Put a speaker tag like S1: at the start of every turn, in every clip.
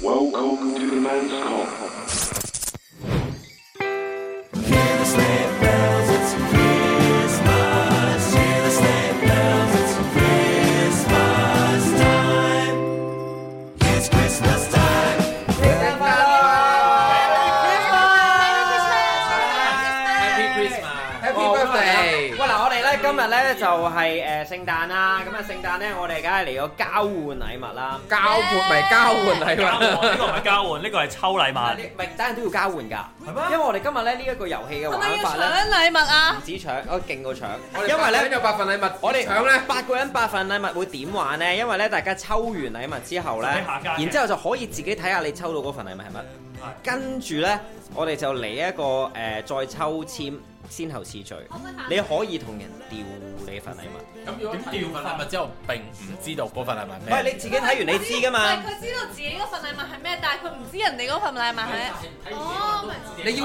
S1: Welcome to the man's call.
S2: Happy Christmas
S3: Happy birthday！喂嗱，我哋咧今日咧就係誒聖誕啦，咁啊聖誕咧我哋梗係嚟個交換禮物啦，
S2: 交換咪交換禮
S4: 交換呢個唔係交換，呢個係抽禮
S3: 啊
S4: 物。
S3: 呢咪當然都要交換㗎，因為我哋今日咧呢一個遊戲嘅玩法咧唔止搶，我勁過搶，
S2: 物，
S3: 因為咧。
S2: 有八份禮物，
S3: 我哋
S2: 搶咧，
S3: 八個人八份禮物會點玩呢？因為咧大家抽完禮物之後呢，
S4: 睇下家嘅
S3: 然之後就可以自己睇下你抽到嗰份禮物係乜。跟住呢，我哋就嚟一個誒、呃再抽籤先後次序，你可以同人調你份禮物。
S5: 咁如果
S6: 點調份禮物之後並唔
S2: ừ,
S6: 知道嗰份禮物係
S3: 喂，
S6: 咩？
S3: 你自己睇完你知㗎嘛？
S2: 你要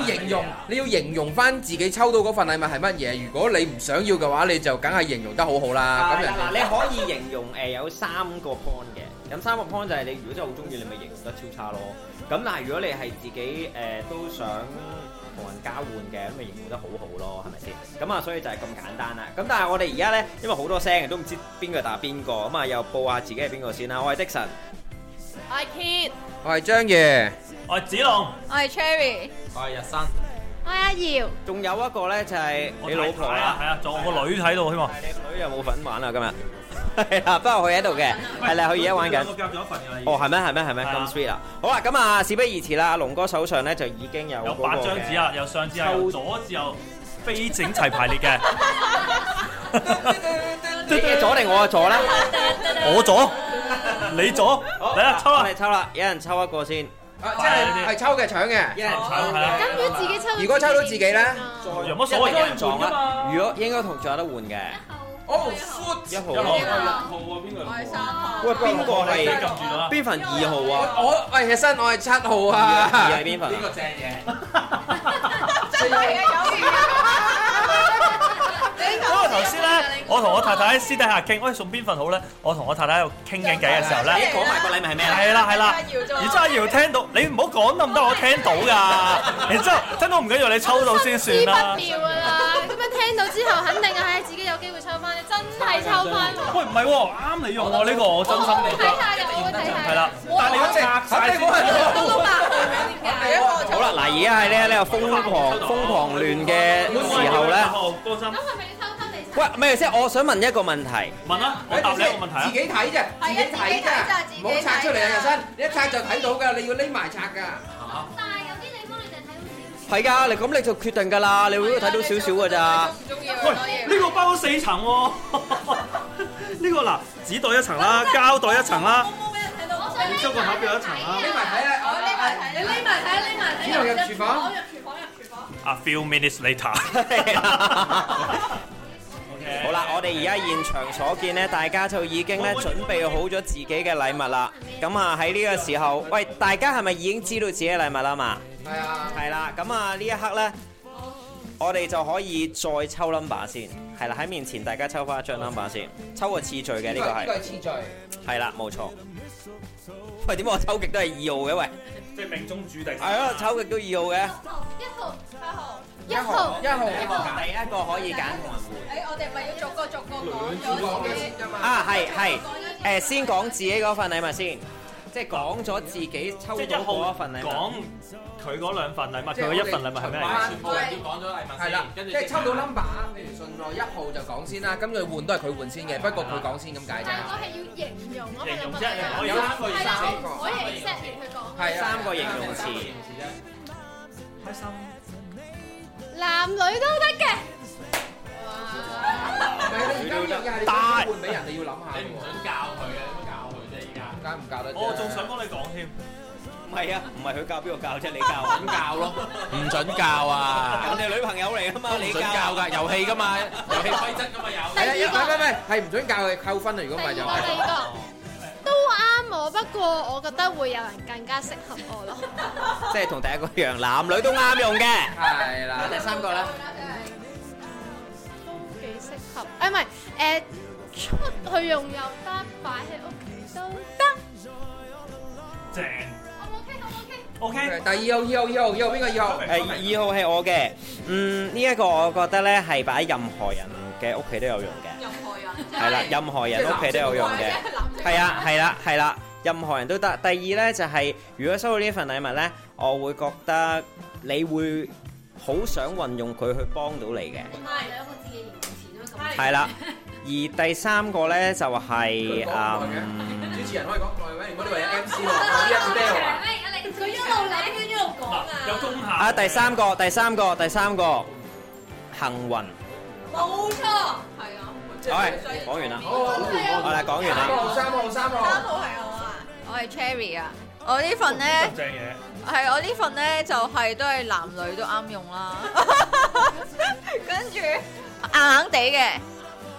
S2: 形容，你要形容翻自己抽到嗰份禮物係乜嘢。如果你唔想要嘅話，你就梗係形容得好好啦。咁人
S3: 嗱，
S2: 哋
S3: 你可以形容誒有三個 point 嘅，咁三個 point 就係你如果真係好中意，你咪形容得超差咯。咁但係如果你係自己誒、呃都想同人交換嘅，咁咪形容得好好咯，係咪先？咁啊，所以就係咁簡單啦。咁但係我哋而家咧，因為好多聲嘅，都唔知邊個打邊個，咁啊又報下自己係邊個先啦。我係 Dixon，
S2: 我係張爺，
S4: 我係子龍，
S6: 我
S2: dạ,
S6: 係日新，
S3: 仲有一個咧就係、
S4: 我
S3: 你老婆
S4: 睇啊，
S3: 啦。
S4: 係啊，仲有我個女睇到添喎。
S3: 但係你女又冇份玩啦 今日，係啦，不過佢喺度嘅，係啦，佢而家玩緊
S4: 我。夾咗一份㗎啦已經。
S3: 哦，係咩？係咩？係咩？
S4: 係啊
S3: 咁 sweet à. 啊！好啦，咁啊，事不宜遲啦，龍哥手上咧就已經有
S4: 有
S3: 嗰個
S4: 八張紙啊，由上至下，由左至右，非整齊 排列嘅。
S3: 嘅，你嘅左定我嘅左咧？
S4: 我左，你左，嚟啦，抽
S3: 我
S4: 啊！
S3: 哋抽啦，一人抽一個先，
S2: 啊即係係抽嘅搶嘅
S3: 一。人
S4: 抽係啦有乜所
S3: 一
S4: 謂
S3: 定有人撞啦。如果應該同仲有得換嘅，
S2: 哦，foot
S3: 一號
S4: 一號
S1: 號啊，邊個六號啊？
S3: 喂，邊個
S4: 你
S3: 係
S4: 撳住咗啦。
S3: 邊份二號啊？
S2: 我我係起身，我係七號
S3: à.
S2: 啊。
S3: 二係邊份啊？
S6: 正嘢，
S4: 因為頭先咧，我同我太太私底下傾，喂送邊份好咧？我同我太太喺度傾緊偈嘅時候
S3: 你
S4: 咧，
S3: 講埋個禮物係咩啊？
S4: 係啦係啦，然之後阿瑤聽到，你唔好講得唔得？我聽到㗎。然之後聽到唔緊要，你抽到先算啦。喂，唔係喎，啱你用喎，呢個我真心覺得。係啦，但係你要拆晒先。
S3: 好啦，嗱，而家喺呢呢個瘋狂瘋狂亂嘅時候咧，
S4: 高心
S3: 喂，咩先？我想問一個問題。
S4: 問啦，我答你一個問題啊
S2: 自。己睇啫，自己睇啫，唔好拆出嚟啊！日新，你一拆就睇到㗎，你要匿埋拆㗎。
S3: 係㗎，你咁你就決定㗎啦，你會睇到少少㗎咋。
S4: 喂，呢個包咗四層喎。呢個嗱，紙袋一層啦，膠袋一層啦，
S2: 匿埋睇啊！
S4: 啊，few minutes later。
S3: 好啦，我哋而家現場所見呢，大家就已經咧準備好咗自己嘅禮物啦。咁啊喺呢個時候，喂，大家係咪已經知道自己嘅禮物啦嘛？
S2: 係啊，
S3: 係啦，咁啊呢一刻呢，我哋就可以再抽 number 先。係啦，喺面前大家抽翻一張 number 先，抽個次序嘅呢個
S2: 呢個
S3: 係
S2: 係次序。係
S3: 係啦，冇錯。喂，點解我抽極都係二號嘅？喂，
S4: 即係命中注定。
S3: 係咯，抽極都二號嘅。
S7: 一號，
S2: 一號
S3: 第一個可以揀同人換。
S7: 誒，我哋咪要逐個逐個講
S2: 講嘅
S7: 咗
S2: 先㗎嘛。
S3: 啊，係係，誒、先講自己嗰份禮物先，即係講咗自己抽
S4: 即係一
S3: 到
S4: 號
S3: 嗰份禮物。
S4: 講佢嗰兩份禮物，
S2: 即係
S4: 佢嗰一份禮物係咩嚟嘅？
S2: 我
S6: 全部人要講咗禮物
S2: 係啦，
S6: 先，跟
S2: 即
S6: 住
S2: 係抽到 number，譬如信我一號就講先啦，咁佢換都係佢換先嘅，不過佢講先咁解
S7: 但係我係
S2: 啫。
S7: 要形容咯，
S4: 形容啫
S7: 係
S4: 我
S7: 咪
S4: 有
S6: 三個形
S7: 係啦，
S6: 容詞
S7: 我唔可以 set 型去講。
S2: 係啊
S3: 三個形容詞，
S4: 開心。
S7: 男女都得嘅。
S2: 唔係你而家要嘅係你換俾人，你要諗下
S6: 你唔
S2: 喎，
S6: 準教佢啊，點樣教佢啫？而家
S2: 教唔教得？
S4: 我仲想幫你講添。
S3: 唔係啊，唔係佢教邊個教啫，你教啊。
S6: 咁教咯，唔準教啊！
S3: 人哋女朋友嚟噶嘛，你
S6: 唔
S3: 教
S6: 準教㗎，遊戲㗎嘛，遊戲規則㗎嘛有。
S2: 係啊，唔係唔係係唔準教佢扣分啊！如果唔係
S7: 第
S2: 就
S7: 二個，第二個都啱我，不不過我覺得會有人更加適合我咯。
S3: 即係同第一個一樣，男女都啱用嘅。
S2: 係啦，
S3: 第三個咧，
S7: 都幾適合，誒唔係誒出去用又得，擺喺屋企都得。
S4: 正
S7: 我 OK，我 OK。
S4: ，OK，
S2: 第二號、二號、二號、二號邊個二號？
S3: 誒二號係我嘅，嗯呢一個我覺得咧係擺喺任何人嘅屋企都有用嘅。
S5: 任何人
S3: 係啦，任何人屋企都有用嘅。係啊，係啦，係啦，任何人都得。第二呢，就係、如果收到呢份禮物呢，我會覺得你會好想運用佢去幫到你嘅。
S5: 唔係兩個字嘅形容詞啦，咁
S3: 係啦。而第三個呢，就係、
S2: 佢講好耐嘅
S3: 嗯，
S2: 主持人可以講耐咩？唔好以為有 MC 喎，我呢一個 deal 啊。
S5: 佢一路舐圈一路講啊，
S4: 有功效
S3: 啊第三個，第三個，第三個幸運。
S5: 冇錯，係啊，
S3: 好係講完啦，
S2: 好，
S3: 我哋講完
S2: 三
S3: 啦。
S2: 號、三號、三
S5: 三
S2: 號。
S5: 號係我啊，
S8: 我係 Cherry 啊，我呢份咧
S4: 正嘢。
S8: 係我呢份咧就係、都係男女都啱用 啦，跟住硬硬地嘅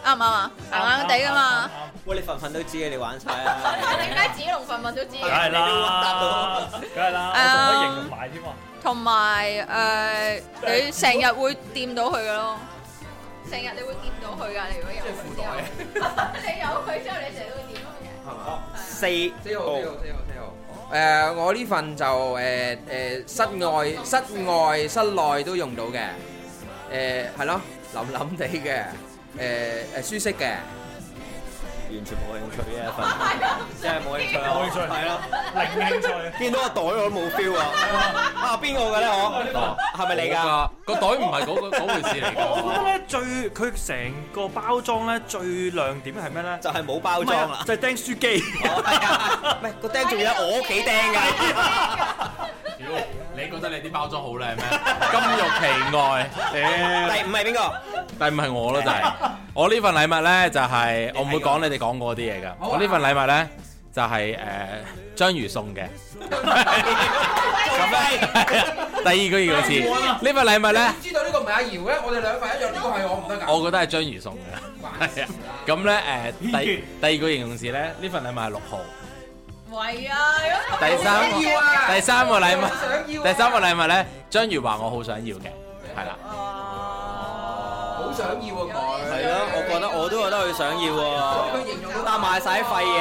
S8: 啱唔啱啊？硬硬地噶嘛，
S3: 喂，你份份都知嘅，你玩晒啊！
S8: 你 解子龍份份都知
S4: 梗係啦，梗係啦，我仲可以形容埋添啊！
S8: 同埋誒你成日會掂到佢嘅咯，成日你會掂到佢噶，你如果有
S2: 即係
S8: 佢
S2: 褲
S8: 之後
S2: 袋，
S8: 你有佢之後你成日都會掂佢嘅。
S2: 係嘛？
S3: 四哦
S2: 四號、
S3: 個
S2: 四號、四號、四號。誒，我呢份就誒誒室外、室外、室內都用到嘅。誒係咯，冧 冧地嘅，誒誒舒適嘅。
S3: 完全冇興趣嘅一份，真係冇興趣啊！
S4: 冇興趣
S3: 係咯。
S4: 零興趣。
S3: 見到個袋我都冇 feel 啊！啊邊個嘅咧我？係咪你㗎？
S6: 個袋唔係 嗰個嗰回事嚟
S4: 我覺得
S6: 㗎。
S4: 咧最佢成個包裝咧最亮點係咩咧？
S3: 就係冇包裝啦。
S4: 就係釘書機。
S3: 哦係啊，唔係個釘仲要喺我屋企釘㗎。
S6: 屌，你覺得你啲包裝好靚咩？金玉其外，
S3: 第五係邊個？
S6: 但唔係我咯，就係我呢份禮物咧，就係我唔會講你哋講過啲嘢㗎。我呢份禮物咧就係誒章魚送嘅。咁咧，第二個形容詞，呢份禮 物咧。
S2: 知道呢個唔係阿瑤咧，我哋兩份一樣，呢個係我唔得㗎。
S6: 我覺得係章魚送嘅，係啊。咁咧誒，
S4: 牽
S6: 第
S4: 結
S6: 第二個形容詞咧，呢份禮物係六號。
S5: 係啊，
S6: 第三
S2: 想要啊！
S6: 第三個禮物
S2: 我想要啊
S6: 第三個禮物咧，章魚話我好想要嘅，係啦。
S2: 好想要啊！佢
S3: 係咯，我覺得我都覺得佢想要
S2: 所以佢
S3: 喎。
S2: 形容到
S3: 搭埋晒啲廢
S6: à.
S3: 嘢。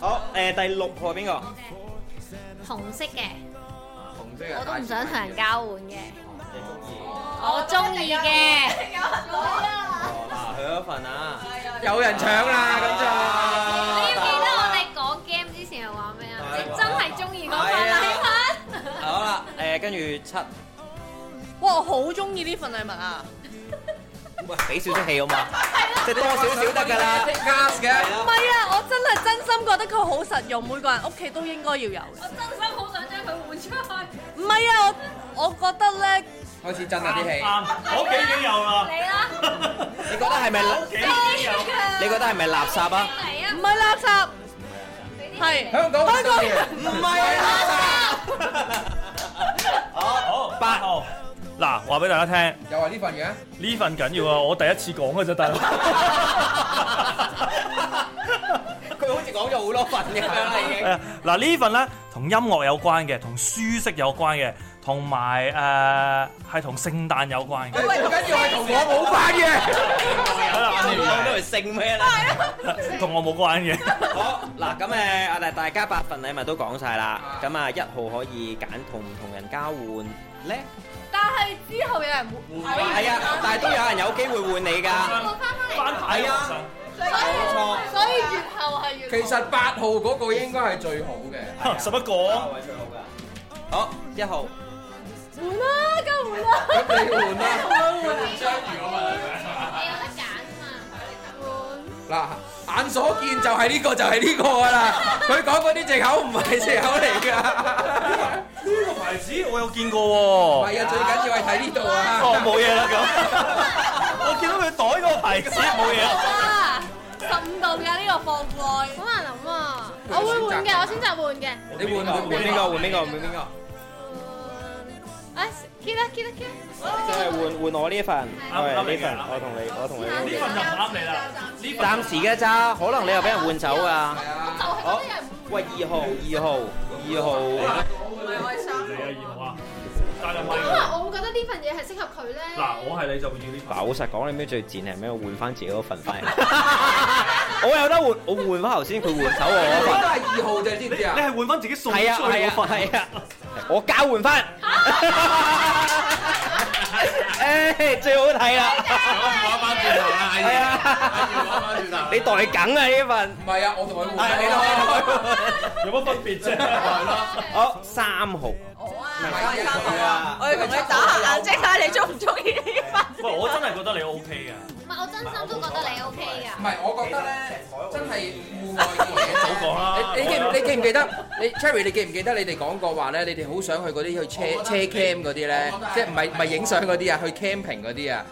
S3: 好誒，第六號係邊個？
S7: 紅色嘅，
S2: 紅色啊
S7: 我都唔想同人
S2: à?
S7: 交換嘅。
S3: 你中意？
S7: 我中意嘅，
S3: 嗱，佢嗰份啊。
S2: 有人搶啦咁
S7: 你要記得我哋講 game 之前係話咩啊？你真係中意嗰份禮物。
S3: 好啦，誒跟住七，
S8: 哇！我好中意呢份禮物啊！
S3: 喂俾少少氣好嘛？即係多少少得㗎啦。
S2: 就 gas 嘅。
S8: 唔係
S7: à,
S8: 啊，我真係真心覺得佢好實用，每個人屋企都應該要有嘅。
S5: 我真心好想將佢換出去。
S8: 唔係
S7: à,
S8: 啊，我我覺得咧，
S2: 開始震啦啲氣。
S4: 啱，我屋企已經有啦。
S5: 你啦，
S3: 你覺得係咪？
S4: 屋企已經有。
S3: 你覺得係咪垃圾啊？
S5: 嚟啊
S8: 唔，係垃圾，係
S2: 香港
S8: 香港
S2: 人
S8: 人
S3: 唔係啊！
S4: 好，八號。嗱，話俾大家聽，
S2: 又係呢份嘅。
S4: 呢份緊要啊！我第一次講嘅啫，大佬。
S3: 佢好似講咗好多份咁樣啦，已經。
S4: 誒嗱呢份咧同音樂有關嘅，同舒適有關嘅，同埋誒係同聖誕有關嘅。
S2: 最緊要係同我冇關嘅。
S4: 好啦
S3: 你講到佢姓咩啦？
S4: 同我冇關嘅。
S3: 好嗱，咁誒，我哋大家八份禮物都講晒啦。咁啊，一號可以揀同唔同人交換咧？
S8: 但係之後有人會
S3: 係啊，但係都有人有機會換你㗎。
S4: 翻牌
S3: 係啊
S4: 啊！
S3: 冇錯。
S8: 所以越後係越
S2: 其實八號嗰個應該係最好嘅。
S4: 十一個，
S3: 位最好㗎。好，一號。
S8: 換啦，梗換啦。
S2: 咁你換啦。
S5: 你有得揀啊嘛，
S2: 嗱，眼所見就係呢個就係呢個㗎啦。佢講嗰啲藉口唔係藉口嚟㗎。
S4: 呢個牌子我有見過
S2: 唔
S4: 喎。
S2: 係啊，最緊要係睇呢度啊。
S4: 哦，冇嘢啦咁。我見到佢袋嗰個牌子冇嘢啦。
S8: 啊，十五度㗎呢個放外。
S7: 好難諗啊！我會換嘅，我選擇換嘅。
S2: 你換
S3: 換
S2: 換
S3: 邊個？換邊個？換邊個？
S7: 誒，keep 啦，keep 啦，keep
S3: 即係換換我呢一份，
S4: 啱
S3: 我係
S4: 啱
S3: 呢
S4: 你
S3: 份
S4: 嘅，
S3: 我同你，我同
S4: 呢
S3: 你
S4: 份就唔啱你啦。呢份
S3: 暫時嘅咋，可能你又俾人換走啊！
S2: 係啊。
S7: 就係覺得有人會換
S3: 喂，二號，二號，二號，
S8: 唔係開心。
S7: 因為我會覺得呢份嘢係適合佢咧。
S3: 嗱，老實講，你咩最賤係咩？我換翻自己嗰份 翻嚟，我有得換，我換翻頭先佢換走我嗰份。
S2: 我都係二號啫，知唔知啊？
S3: 係啊，係啊，係啊。我交換 翻。誒，最好睇啦！係啊，你代緊啊呢份。
S2: à, 唔係啊，我同佢換啊，
S3: 好，三號。
S8: 好啊，
S2: 係啊，
S8: 開心
S2: 係
S8: 啊。
S2: 啊。
S8: À, 我哋同你打下眼睛，睇下你鍾唔鍾意呢份。
S4: à?
S5: 唔係，我真心都覺得你 OK à? 㗎。
S2: 唔係，我覺得呢，真係戶外嘅嘢呢，你-你記唔-你記唔記得-你- Cherry，你記唔記得你哋講過話呢，你哋好想去嗰啲去車-車cam嗰啲呢？即係唔係-唔係影相嗰啲啊，去camping嗰啲啊。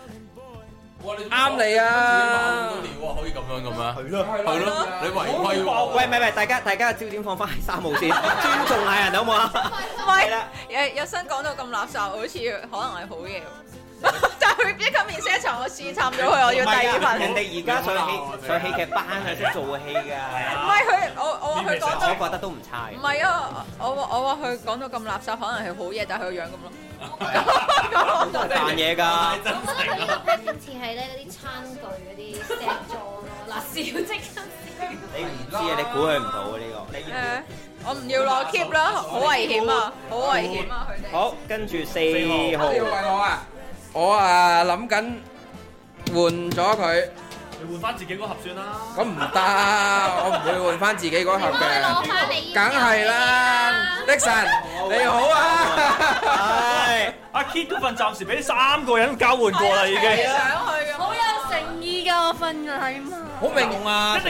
S2: 啱你啊。
S3: 喂，唔係唔係，大家大家嘅焦點放翻喺三號 先，尊重下人好唔好啊？
S8: 喂，日- 日新講到咁垃圾，好似可能係好嘢喎。但係佢一咁面寫一場，我試探咗佢，我要第二份。
S3: 人哋而家上戲上戲劇班啊，識做戲㗎，
S8: 唔係，佢-我-我話佢講到-
S3: 我覺得都唔差嘅。
S8: 唔係啊，我-我-我話佢講到咁垃圾，可能係好嘢，但係佢個樣咁咯。
S3: 扮嘢㗎。
S5: 我覺得佢呢個 package 似係咧嗰啲餐具嗰啲 set 咗咯。嗱，小即刻笑。
S3: 你唔知啊，你估佢唔到啊呢個。你
S8: 誒，我唔要攞keep啦，好危險啊，好危險啊，佢哋。
S3: 好，跟住四號，
S2: 你要為我啊？我啊，諗緊換咗佢。咁唔得，我唔會換返自己嗰盒嘅。
S5: 你幫佢攞翻你，
S2: 梗係啦，Dixon，你好啊。
S3: 係啊
S8: 想去㗎嘛。
S7: 好有誠意㗎，我份禮物。
S2: 好明 -唔係，其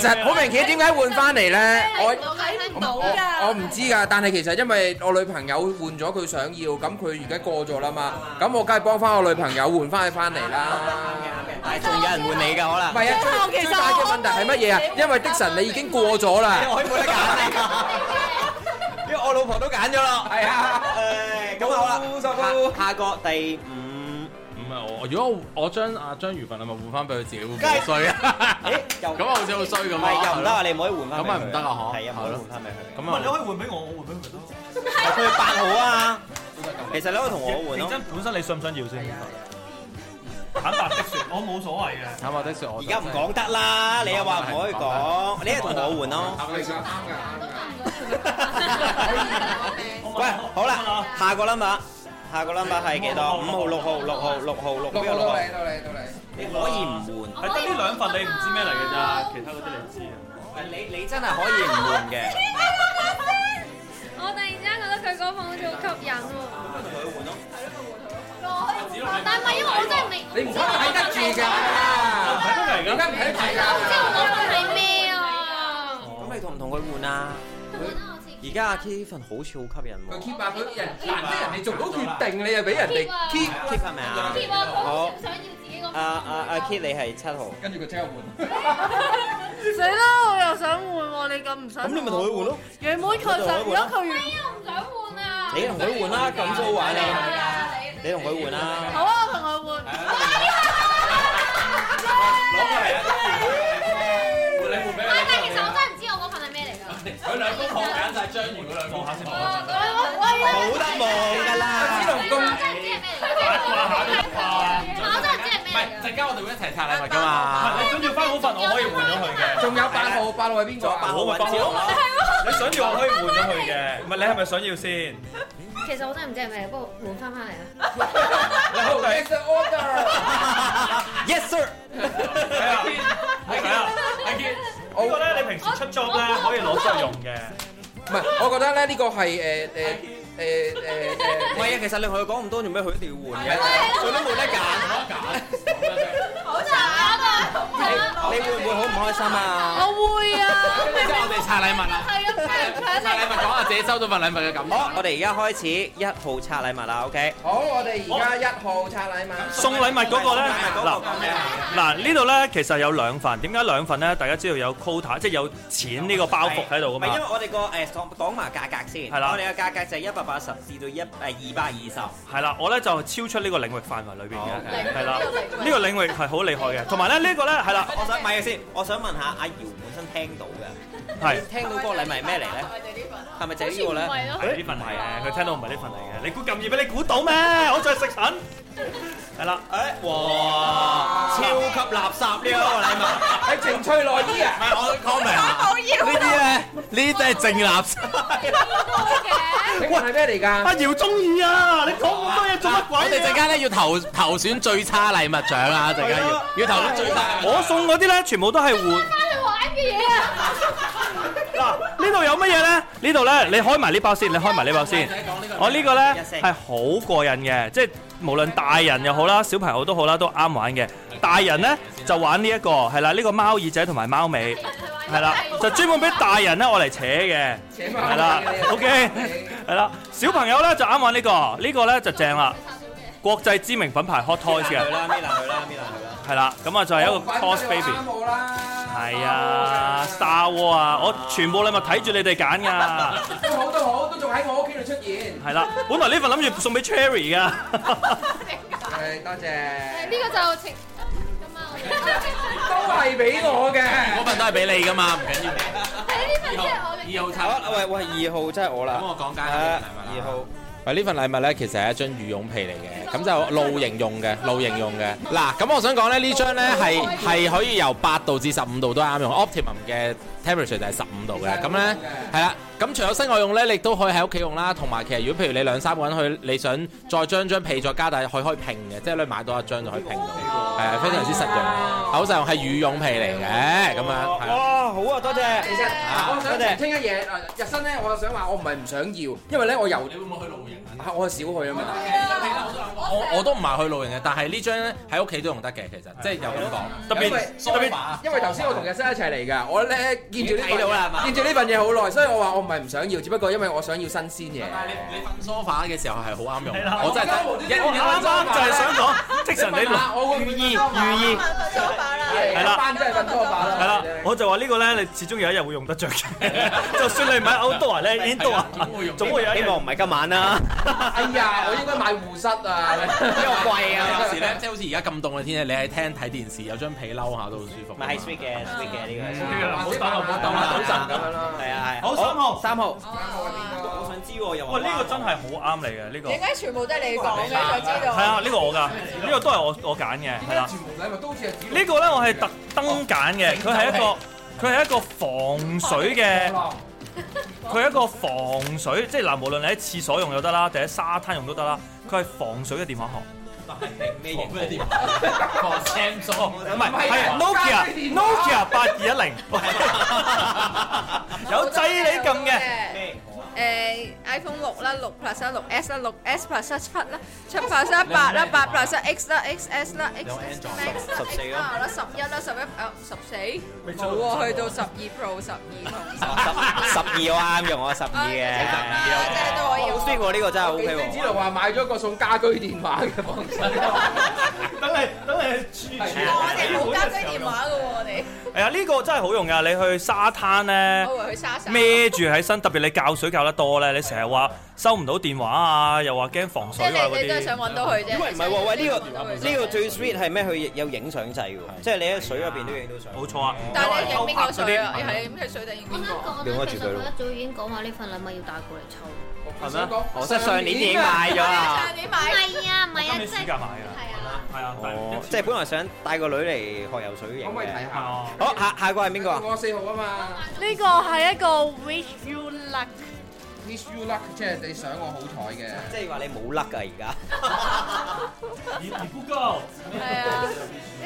S2: 實好明顯，點解換返嚟呢？我-
S5: 我睇
S2: 我-我-我唔知㗎，但係其實因為我女朋友換咗佢想要，咁佢而家過咗啦嘛，咁我梗係幫返我女朋友換返佢返嚟啦。
S3: 但係仲有人換你㗎可能。
S2: 唔係啊，
S8: 但係
S2: 最-
S8: 其實
S2: 最大嘅
S8: 我-
S2: 問題係乜嘢啊？因為 Dixon你已經過咗啦。
S3: 我冇得揀你，因為我老婆都揀咗啦。
S2: 係啊
S3: 誒，咁好啦，下下個第五，啊誒，又唔係又唔得啊！你唔可以換翻，係啊，唔可以換翻俾佢。咁佢八號啊，其實你可以同我換咯。啊而家唔講得啦，你又話唔可以講，你係同我換咯。喂，好啦，下個 number，下個 number 係幾多？五號、六號、六號、六號、六邊個六號？你可以唔換，
S4: 啊
S3: 你你真係可以唔換嘅。
S7: 我突然之間覺得佢嗰份好似好吸引喎。
S5: 但係唔係因為我真係未，
S2: 你唔睇得住㗎，而家唔睇得住㗎。
S5: 我知道我份係咩啊？
S3: 咁你同唔同佢換啊？而家阿 K 份好似好吸引喎
S2: 佢 keep 啊！佢人難得人哋做到決定，你又俾人哋 keep，
S3: ，K 係咪啊？
S5: 貼啊！我好想要自己個
S3: 阿阿阿 K 你係七號，
S2: 跟住佢即刻換。
S7: 死啦！我又想換喎，你咁唔想？
S3: 咁你咪同佢換咯。
S7: 楊妹佢想，如果佢
S5: 咩啊？我唔想換啊！
S3: 你同佢換啦，咁都好玩啊！你同佢換啦，
S7: 好啊，我同佢換。
S3: 攞過嚟啊！
S5: 但係其實我真係唔知我嗰份係咩嚟㗎。
S3: 冇得望㗎啦！
S5: 我真係唔知係咩嚟㗎。我真係唔知係咩嚟㗎。
S2: 仲有八號，八號係邊個啊？
S3: 我咪幫我
S5: 其實我真係唔知係咩嚟，不過換翻翻嚟啦。
S2: It's the order。
S3: ，yes sir。
S2: 我唔係，我覺得咧呢個係誒誒誒誒
S3: 唔係啊，其實你同佢講咁多做咩？佢一定要換嘅，
S2: 係啊
S3: 佢都冇得揀。
S5: 好慘啊！
S3: 你會唔會好唔開心啊？
S7: 我會啊，
S6: 即係我哋拆禮物啦，
S7: 係啊，
S6: 拆
S7: 搶
S6: 禮物講下自己收到份禮物嘅感
S3: 好，我
S6: 覺。
S3: 哋而家開始一號拆禮物啦，OK？
S2: 好，我哋而家一號拆禮物。
S4: 送禮物嗰個咧，嗱嗱呢度咧其實有兩份，點解兩份咧？大家知道有 quota，即係有錢呢個包袱喺度噶
S3: 唔係
S4: 嘛
S3: 因為。我哋個誒講講埋價格先，
S4: 係啦
S3: 我哋嘅價格就係一百八十至到一誒二百二
S4: 係啦，我咧就超出呢個領域範圍裏邊嘅，係啦，
S8: 領
S4: 呢
S8: 域
S4: 個領域係好厲害嘅。同埋咧呢個咧係啦
S3: 十。，我想買嘅先，我想問下阿姚本身聽到嘅，
S4: 係
S3: 你聽到嗰個禮物係咩嚟咧？係咪就係
S7: 好
S3: 呢個
S7: 似唔
S3: 咧？
S7: 係咯，
S4: 呢份係嘅，佢聽到唔係呢份嚟嘅。你估咁易俾你估到咩？我再食神。係啦，
S3: 誒，哇！超級垃圾呢一個禮物，
S2: 係情趣內衣
S6: 唔
S2: 啊！
S6: 係我 comment 呢啲咧，呢啲真係正垃圾。
S2: 請問係咩嚟
S4: 阿
S2: 㗎？
S4: 姚中意啊！你講咁多嘢做乜鬼
S6: 我哋陣
S4: 啊？
S6: 間咧要投投選最差禮物獎啊！陣間要要投選最差禮物獎。
S4: 我送嗰啲咧，全部都係換。
S7: 你玩嘅嘢啊！
S4: 嗱，呢度有乜嘢咧？呢度咧，你開埋呢包先，你開埋呢包先。我呢個咧係好過癮嘅，即係無論大人又好啦，小朋友都好啦，都啱玩嘅。大人咧就玩呢、一個，係啦，呢、個貓耳仔同埋貓尾，係啦，就專門俾大人咧我嚟扯嘅，
S2: 請問
S4: 係啦，OK，係啦。小朋友咧就啱玩呢、個，呢、個咧就正啦，國際知名品牌 Hot Toys
S3: 去
S4: 嘅，
S3: 啦，搣爛佢啦，搣爛佢啦。
S4: 係啦，咁啊就係一個 Toys
S2: 粉
S4: Baby。
S2: 啱我啦。
S4: 係啊，Star War 啊，我全部禮物睇住你哋揀㗎。
S2: 都好都好，都仲喺我屋企度出現。
S4: 係啦，本來呢份諗住送俾 Cherry 噶，
S2: 誒，多謝。
S7: 呢個就情咁啊！我
S2: 都係俾我嘅。
S6: 嗰份都係俾你噶嘛，唔緊要。
S7: 哋係呢份即係我嘅
S6: 二號
S3: 好
S6: 拆
S3: 啦，喂喂，二號真係我啦。
S6: 咁我講解下呢份禮物
S3: 二
S6: 啦
S3: 號。
S6: 喂，呢份禮物咧，其實係一張羽絨被嚟嘅，咁就露營用嘅，露營用嘅。嗱，咁我想講咧，呢張咧係係可以由八度至十五度都啱用，optimum 嘅 temperature 就係十五度嘅。咁咧係啦，咁除咗室外用咧，你都可以喺屋企用啦。同埋其實如果譬如你兩三個人去，你想再將張被再加大，佢可以拼嘅，即係你買多一張就可以拼到，係啊非常之實用，好實用，係羽絨被嚟嘅，咁樣係啦。
S3: 哇，好啊，多謝。
S2: 其實我想澄清一嘢，啊日新咧，我想話我唔係唔想要，因為咧我由
S6: 你會唔會去露營啊？
S2: 啊我少去啊嘛。
S6: 我我都唔係去露營嘅，但係呢張咧喺屋企都用得嘅，其實即係有咁 講。
S4: 特別
S2: 因為
S4: 特別
S2: 因為頭先我同日新一齊嚟㗎，我咧見住呢
S3: 已經睇到啦係
S2: 份
S3: 嘛
S2: 見住呢份嘢好耐，所以我話我唔係唔想要，只不過因為我想要新鮮嘢。
S6: 但係你你瞓 sofa 嘅時候係好啱用
S4: 係啦，
S6: 我真係一
S4: 我啱啱就係想講，即
S2: 你
S4: 神
S2: 問下
S4: 你
S2: 我會唔會
S4: 寓意
S2: 收埋
S4: 寓意係啦
S2: 班真係瞓多把啦。
S4: 係啦，我就話呢個咧，你始終有一日會用得着嘅， 就算你唔係 outdoor 咧，indoor
S6: 總會用
S4: 總會有一
S3: 希
S4: 日
S3: 望唔係今晚啦。
S2: 哎呀，我應該買護膝啊！
S3: 因為貴啊
S6: 有時咧，即係好似而家咁凍嘅天氣，你喺廳睇電視有張被嬲下都好舒服。
S3: 咪係 sweet 嘅，sweet 嘅呢
S4: 唔好
S2: 或者
S4: 打我唔好打
S3: 我
S2: 買下賭神咁樣啦
S3: 個。。係啊係。
S4: 好三號
S3: 三號。
S8: Ờ.
S3: 我
S2: 我
S3: 想知喎，又話
S4: 哇，呢個真係好啱你嘅呢個，
S8: 解全部都係你講嘅？就知道
S4: 係啊，呢個我㗎，呢個都係我我揀嘅，係啦。
S2: 全部禮物都好似係
S4: 呢個咧我係特登揀嘅，佢係一個佢係一個防水嘅。佢係一個防水，即係嗱，無論你喺廁所用又得啦，定喺沙灘用都得啦。佢係防水嘅電話殼，
S3: 咩
S6: 哦
S3: 型嘅電話？
S6: 個 Samsung
S4: 唔係
S2: 係
S4: 係
S2: 啊家居電
S4: Nokia
S2: 話
S4: Nokia 八二一零， 有掣你撳嘅。
S3: 咩型我啊？
S8: 誒 iPhone 六啦，六 Plus 啦，六 S 啦，六 S Plus 啦，七啦，七 Plus 啦，八啦，八 Plus 啦，X 啦，XS 啦，XS Max à. 啦，XR 啦，十一啦，十一誒十四，冇喎，去到十二 Pro Ờ, 十二
S3: 十十二我啱用，我十二
S8: 同
S3: 嘅。
S8: 真係都可以
S3: 好 sweet 喎，呢個真係
S2: 幾
S3: OK
S2: 知道
S3: 喎。
S2: 話買咗個送家居電話嘅防水。
S4: 等你等你處處
S2: 係啊
S8: 我哋冇家居電話嘅喎，我哋
S4: 係啊，呢個真係好用㗎，你去沙灘咧。
S8: 我以為佢沙沙。
S4: 孭住喺身，特別你教水教得多咧，你成日話收唔到電話啊，又話驚防
S8: 即
S4: 水
S8: 係
S4: 啊嗰
S8: 你你都係想
S4: 啲。
S8: 揾到佢啫。
S3: 因為唔係喎，喂呢
S8: 想
S3: 個
S8: 揾到佢啫
S3: 呢個最 sweet 係咩？佢有影相掣喎，即係你喺水入邊都影到相。
S4: 冇錯啊
S8: 但係你影邊個水啊？係影佢水定影邊個？
S5: 啱講咧，其實我一早已經講話呢份禮物要帶過嚟抽。
S4: 係咩
S3: 我真係上年已經買咗啦。
S8: 你
S5: 唔
S8: 買
S5: 係啊，唔係啊，
S4: 今年
S5: 即
S4: 暑
S5: 係
S4: 假買㗎，
S5: 係啊，
S4: 係啊，但
S3: 哦，即係本來想帶個女嚟學游水
S2: 可
S3: 影
S2: 唔可以睇
S3: 嘅。
S2: 下？
S4: 哦
S3: 好，下下個係邊個啊？
S2: 我四號啊嘛
S7: 呢個係一個 wish you luck，
S2: ，wish you luck，即係你想我好彩嘅。
S3: 即係話你冇甩㗎而家。
S7: 係啊，呢
S8: Ờ.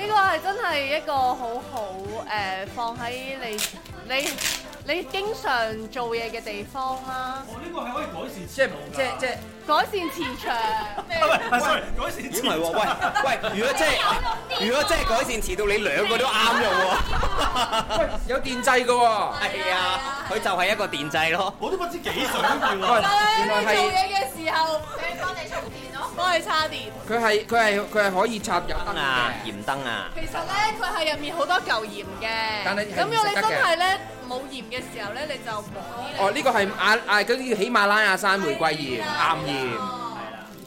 S7: 個係真係一個好好誒，放喺你你你經常做嘢嘅地方啦，
S2: 即係即係即係
S7: 改善磁場。
S3: 咦唔係喎，喂喂，如果真係如果真係改善遲到，你兩個都啱用喎。
S2: 有電掣嘅喎。
S3: 係啊，佢就係一個電掣咯。
S2: 喂，原來
S7: 做
S2: 係
S7: 嘢嘅時候，你幫你充電咯，幫你叉電。
S2: 佢係佢係佢係可以插入
S3: 燈
S2: 燈
S3: 啊，
S2: 嘅。
S3: 鹽燈啊，
S7: 其實咧，佢係入面好多嚿鹽嘅。
S2: 但係係
S7: 咁如果你
S2: 唔食得
S7: 真
S2: 嘅
S7: 係咧冇鹽嘅時候咧，你就黃啲咧。
S2: 哦，呢個係亞亞嗰啲喜馬拉雅山玫瑰鹽、岩鹽。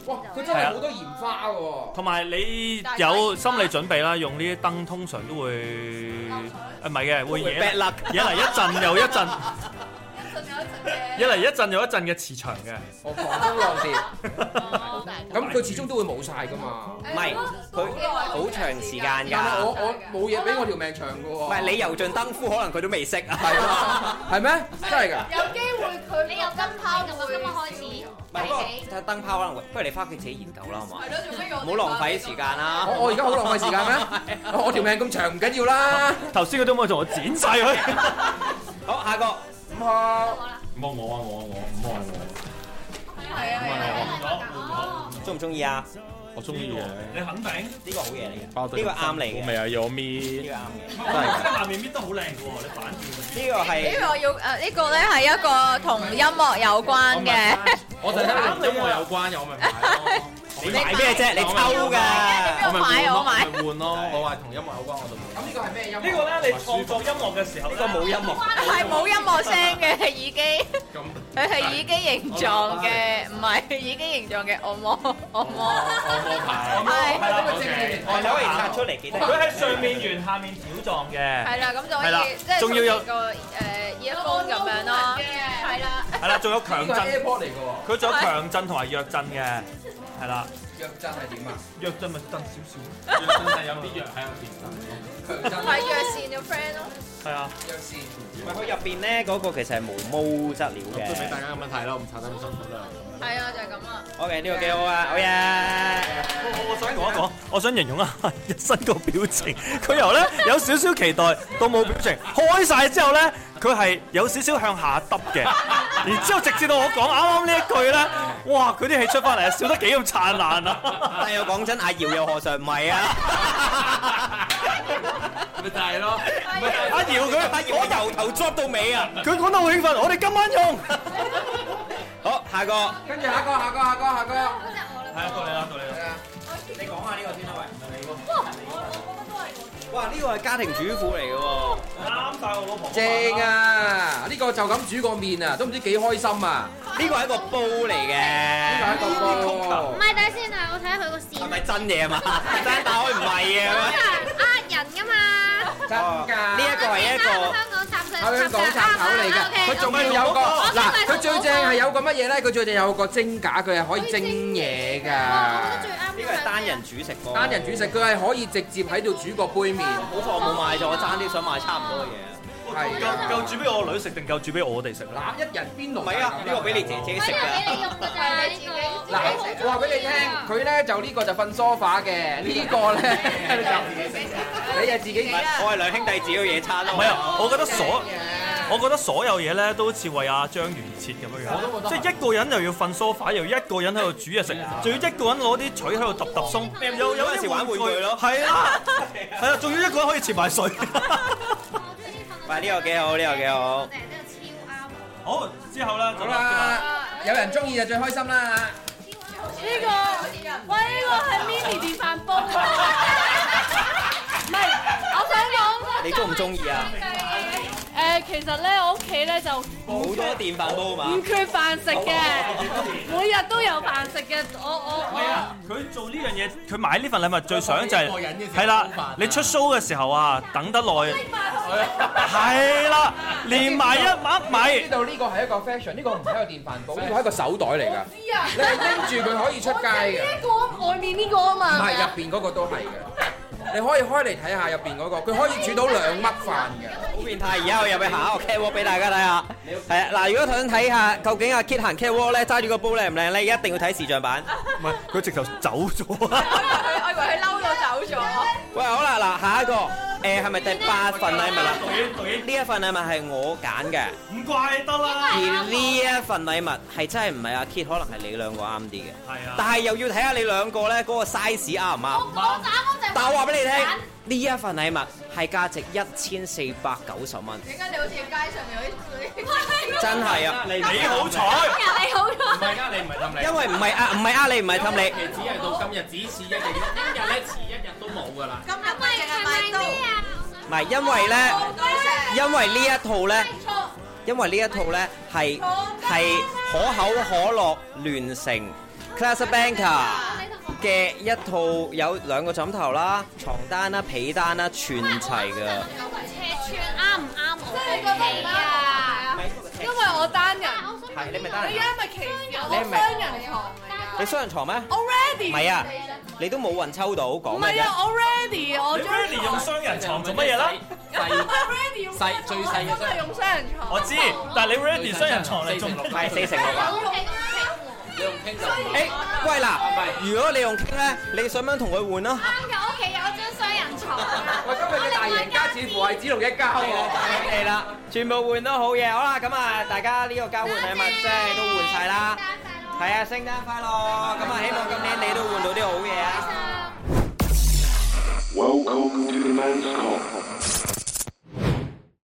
S2: 哇！佢真係好多鹽花喎。
S4: 同埋你有心理準備啦，用呢啲燈通常都會，啊唔係嘅，會惹
S3: bad luck
S4: 惹嚟一陣又一陣，
S7: 仲有一
S4: 惹嚟一陣又一陣嘅磁場嘅。
S2: 我狂風浪蝶，
S7: 好大嚿。
S2: 咁佢始終都會冇晒㗎嘛。
S3: 唔係佢好長時間
S2: 但係我
S3: 㗎。
S2: 我冇嘢比我條命長㗎喎。
S3: 唔係你油盡燈枯，可能佢都未識啊。
S2: 係啊？係咩？真係㗎？
S7: 有機會佢
S5: 你有燈泡咁啊，今日開始
S3: 唔係，不過
S5: 睇
S3: 睇燈泡可能會，不如你翻屋企自己研究啦，好嘛？
S7: 咯，做乜
S3: 唔好浪費時間啦。
S2: 我我而家好浪費時間咩？我我條命咁長唔緊要啦。
S4: 頭先佢都冇同我剪晒佢。
S3: 好，下一個。
S2: 五號。
S7: 係啊
S3: 中唔中意啊？
S6: 我中意嘅，
S3: 呢個好嘢嚟嘅，呢個啱嚟嘅，呢
S6: 味啊
S3: 個
S6: Yomi，
S3: 啱嘅。
S4: 你肯定？呢個啱嘅。下面搣得好靚嘅喎，你反轉。
S3: 呢個係
S8: 呢個要誒呢個咧係一個同音樂有關嘅，
S4: Oh
S6: 我就睇下同音樂有關嘅，我咪買咯。
S3: 你買咩啫？你抽㗎。
S8: 我買我買。
S6: 咪換咯，我話同音樂有關我就換。
S2: 咁呢個係咩音樂？
S4: 呢個咧，你創作音樂嘅時候
S3: 呢
S4: 咧，
S3: 個冇音樂。
S8: 係冇音樂聲嘅耳機，
S6: 咁
S8: 佢係耳機形
S4: Oh
S8: 狀嘅，唔係耳機形狀嘅按摩按摩，
S6: 按摩牌
S8: 係
S4: 係啦
S2: 呢個正面
S3: 我可以拆出嚟幾得意。
S4: 佢喺上面圓，下面條狀嘅。
S8: 係啦，咁就
S4: 係啦
S8: 可以即係
S4: 仲要有
S8: 同個誒
S7: Oh
S8: earphone 咁樣咯，係啦，
S2: 呢個
S4: 係啦，仲有強震，
S2: 係 AirPod 嚟㗎喎。
S4: 佢仲有強震同埋弱震嘅，係啦。弱震咪震少少。
S2: 藥真係點啊？
S6: 係有啲藥喺入
S2: 強震
S8: 係藥膳嘅 friend 咯，
S4: 係啊。
S2: 藥膳。
S3: 唔係佢入邊咧嗰個其實係毛毛質料
S6: 都俾
S3: 嘅。
S6: 大家咁樣睇啦，唔擦得咁辛苦啦。
S8: 係啊，就係咁啦。
S3: OK，呢個幾好啊，好嘢。
S4: 我想講一講，我想形 容一下日新個表情，佢由咧有少少期待到冇表情，開晒之後咧，佢係有少少向下耷嘅，然之後直至到我講啱啱呢一句咧，哇！佢啲氣出翻嚟，笑得幾咁燦爛啊！
S3: 但係又講真，阿瑤又何嘗唔係啊？
S6: 咪就係咯，
S4: 阿姚佢，
S3: 阿瑤我由頭 drop 到尾啊！
S4: 佢講得好興奮，我哋今晚用。
S3: 好，下個
S2: 跟住下一個，下一個，下一個，下一個。
S5: 嗰隻我
S4: 係啊，到你啦，到你
S2: 係
S4: 啦。
S2: 啊，
S3: 你講下呢個先啦，喂。哇！呢個係家庭主婦嚟嘅喎，
S4: 啱晒我老婆。
S2: 正！啊！呢個就咁煮個面啊，都唔知幾開心啊！
S3: 呢個係一個煲嚟
S2: 呢個係一
S3: 嘅，
S2: 個
S5: 唔
S2: 煲。
S5: 係，等下先啊，我睇下佢個線
S3: 係咪真嘢啊嘛？單打開唔係
S5: 通
S3: 啊？
S5: 常呃人噶嘛。
S2: 真㗎。
S3: 呢一個係一個
S5: 香港插上
S2: 香港插口嚟㗎，佢仲要有個嗱，佢最正係有個乜嘢咧？佢最正有個蒸架，佢係可以蒸嘢
S5: 我
S2: 㗎。
S5: 覺
S3: 呢
S5: 得最啱
S3: 個係單人煮食喎，
S2: 單人煮食，佢係可以直接喺度煮個杯麵，
S3: 好貨冇買咗，我爭啲想買差唔多嘅嘢。
S2: 係
S4: 夠夠煮俾我女食定夠煮俾我哋食啊啦？
S2: 攬一人邊爐。
S3: 唔係啊，呢個俾你自己
S5: 我
S3: 食
S5: 俾
S3: 㗎
S5: 你。用㗎咋呢個。
S2: 嗱，我話俾你聽，佢咧就呢個就瞓 sofa 嘅，呢個咧就你係自己
S3: 我係兩兄弟自己嘅野餐咯。
S4: 啊唔係啊，我覺得所我覺得所有嘢咧都好似為阿章魚而設咁樣樣，即係一個人又要瞓 sofa，又一個人喺度煮嘢食，仲要一個人攞啲錘喺度揼揼鬆，啊有有陣時玩玩具咯，係啊， 係啊，仲要一個人可以潛埋 水。
S3: 喂，呢個幾好，呢個幾好。
S4: 好，之後咧
S2: 好啦，有人中意就最開心啦。
S7: 呢個，喂呢個係 mini 電飯煲啊！唔係，我想
S3: 你中唔中意啊？
S7: 講誒，其實咧我屋企咧就
S3: 好多電飯煲嘛
S7: 唔。缺飯食嘅，每日都有飯食嘅。我我
S4: 啊佢做呢樣嘢，佢買呢份禮物最想就
S6: 一個
S4: 係
S6: 人嘅
S4: 係
S6: 食好
S4: 啦
S6: 飯，
S4: 你出 show 嘅時候啊，等得耐， 係啦，連埋一晚米
S2: 呢。度呢個係一個 fashion，呢個唔係一個電飯煲，呢個係一個手袋嚟㗎。你係拎住佢可以出街嘅，
S7: 呢個外面呢個啊
S2: 唔
S7: 嘛，
S2: 係入邊嗰個都係嘅。你可以開嚟睇下入邊嗰個，佢可以煮到兩粒飯嘅。
S3: 好變態！而家我入去下一個 catwalk 俾大家睇下。係啊，嗱，如果想睇下究竟阿 Kit 行 catwalk 咧，揸住個煲靚唔靚咧，一定要睇視像版。
S4: 唔係，佢直頭走咗啊
S8: 我以為佢嬲到走咗，
S3: 喂，好啦，嗱，下一個誒係咪第八份禮物啦？呢一份禮物係我揀嘅，
S4: 唔怪得啦，
S3: 而呢一份禮物係真係唔係阿 Kit，可能係你兩個啱啲嘅。
S4: 係啊，
S3: 但係又要睇下你兩個咧嗰個 size 啱唔啱。但我話俾你聽，呢一份禮物係價值一千四百九十蚊，
S8: 點解你好似街上面嗰啲
S3: 真係啊！
S4: 你好彩。啊
S3: 因為唔係呃唔係呃你，唔係氹你。
S8: 今日咪淨係買刀，
S3: 唔係因為咧，因為呢一套咧，因為呢一套咧係係可口可樂聯成 Class Banker 嘅一套有兩個枕頭啦、床單啦、被單啦，全齊㗎。
S7: 因為我單人，
S3: 係你咪單
S7: 你而，
S3: 人
S7: 家咪歧視我
S3: 你係咪
S7: 雙人床嚟
S3: 你雙人床咩？
S7: 噶？Already
S3: 唔係啊，你都冇運抽到講
S7: 唔
S3: 咩
S7: 係
S3: 啫
S8: à.
S7: 啊？，Already 我
S4: 你
S7: 張
S4: Randy 用雙人床做乜嘢啦？
S7: Already 用
S9: 細最細嘅
S7: 真係用雙人床。
S4: 我知，但係你 Randy 雙人床嚟做
S9: 四乘六
S3: 係四乘六啊！誒，喂嗱，如果你用傾咧，你想唔想同佢換啊？
S7: à?"
S2: à.
S3: 係啦，全部換都好嘢，好啦，咁啊，大家呢個交換禮物即係都換晒啦，係啊，聖誕快樂！咁啊，希望今年你都換到啲好嘢啊！
S1: Welcome to the man's call.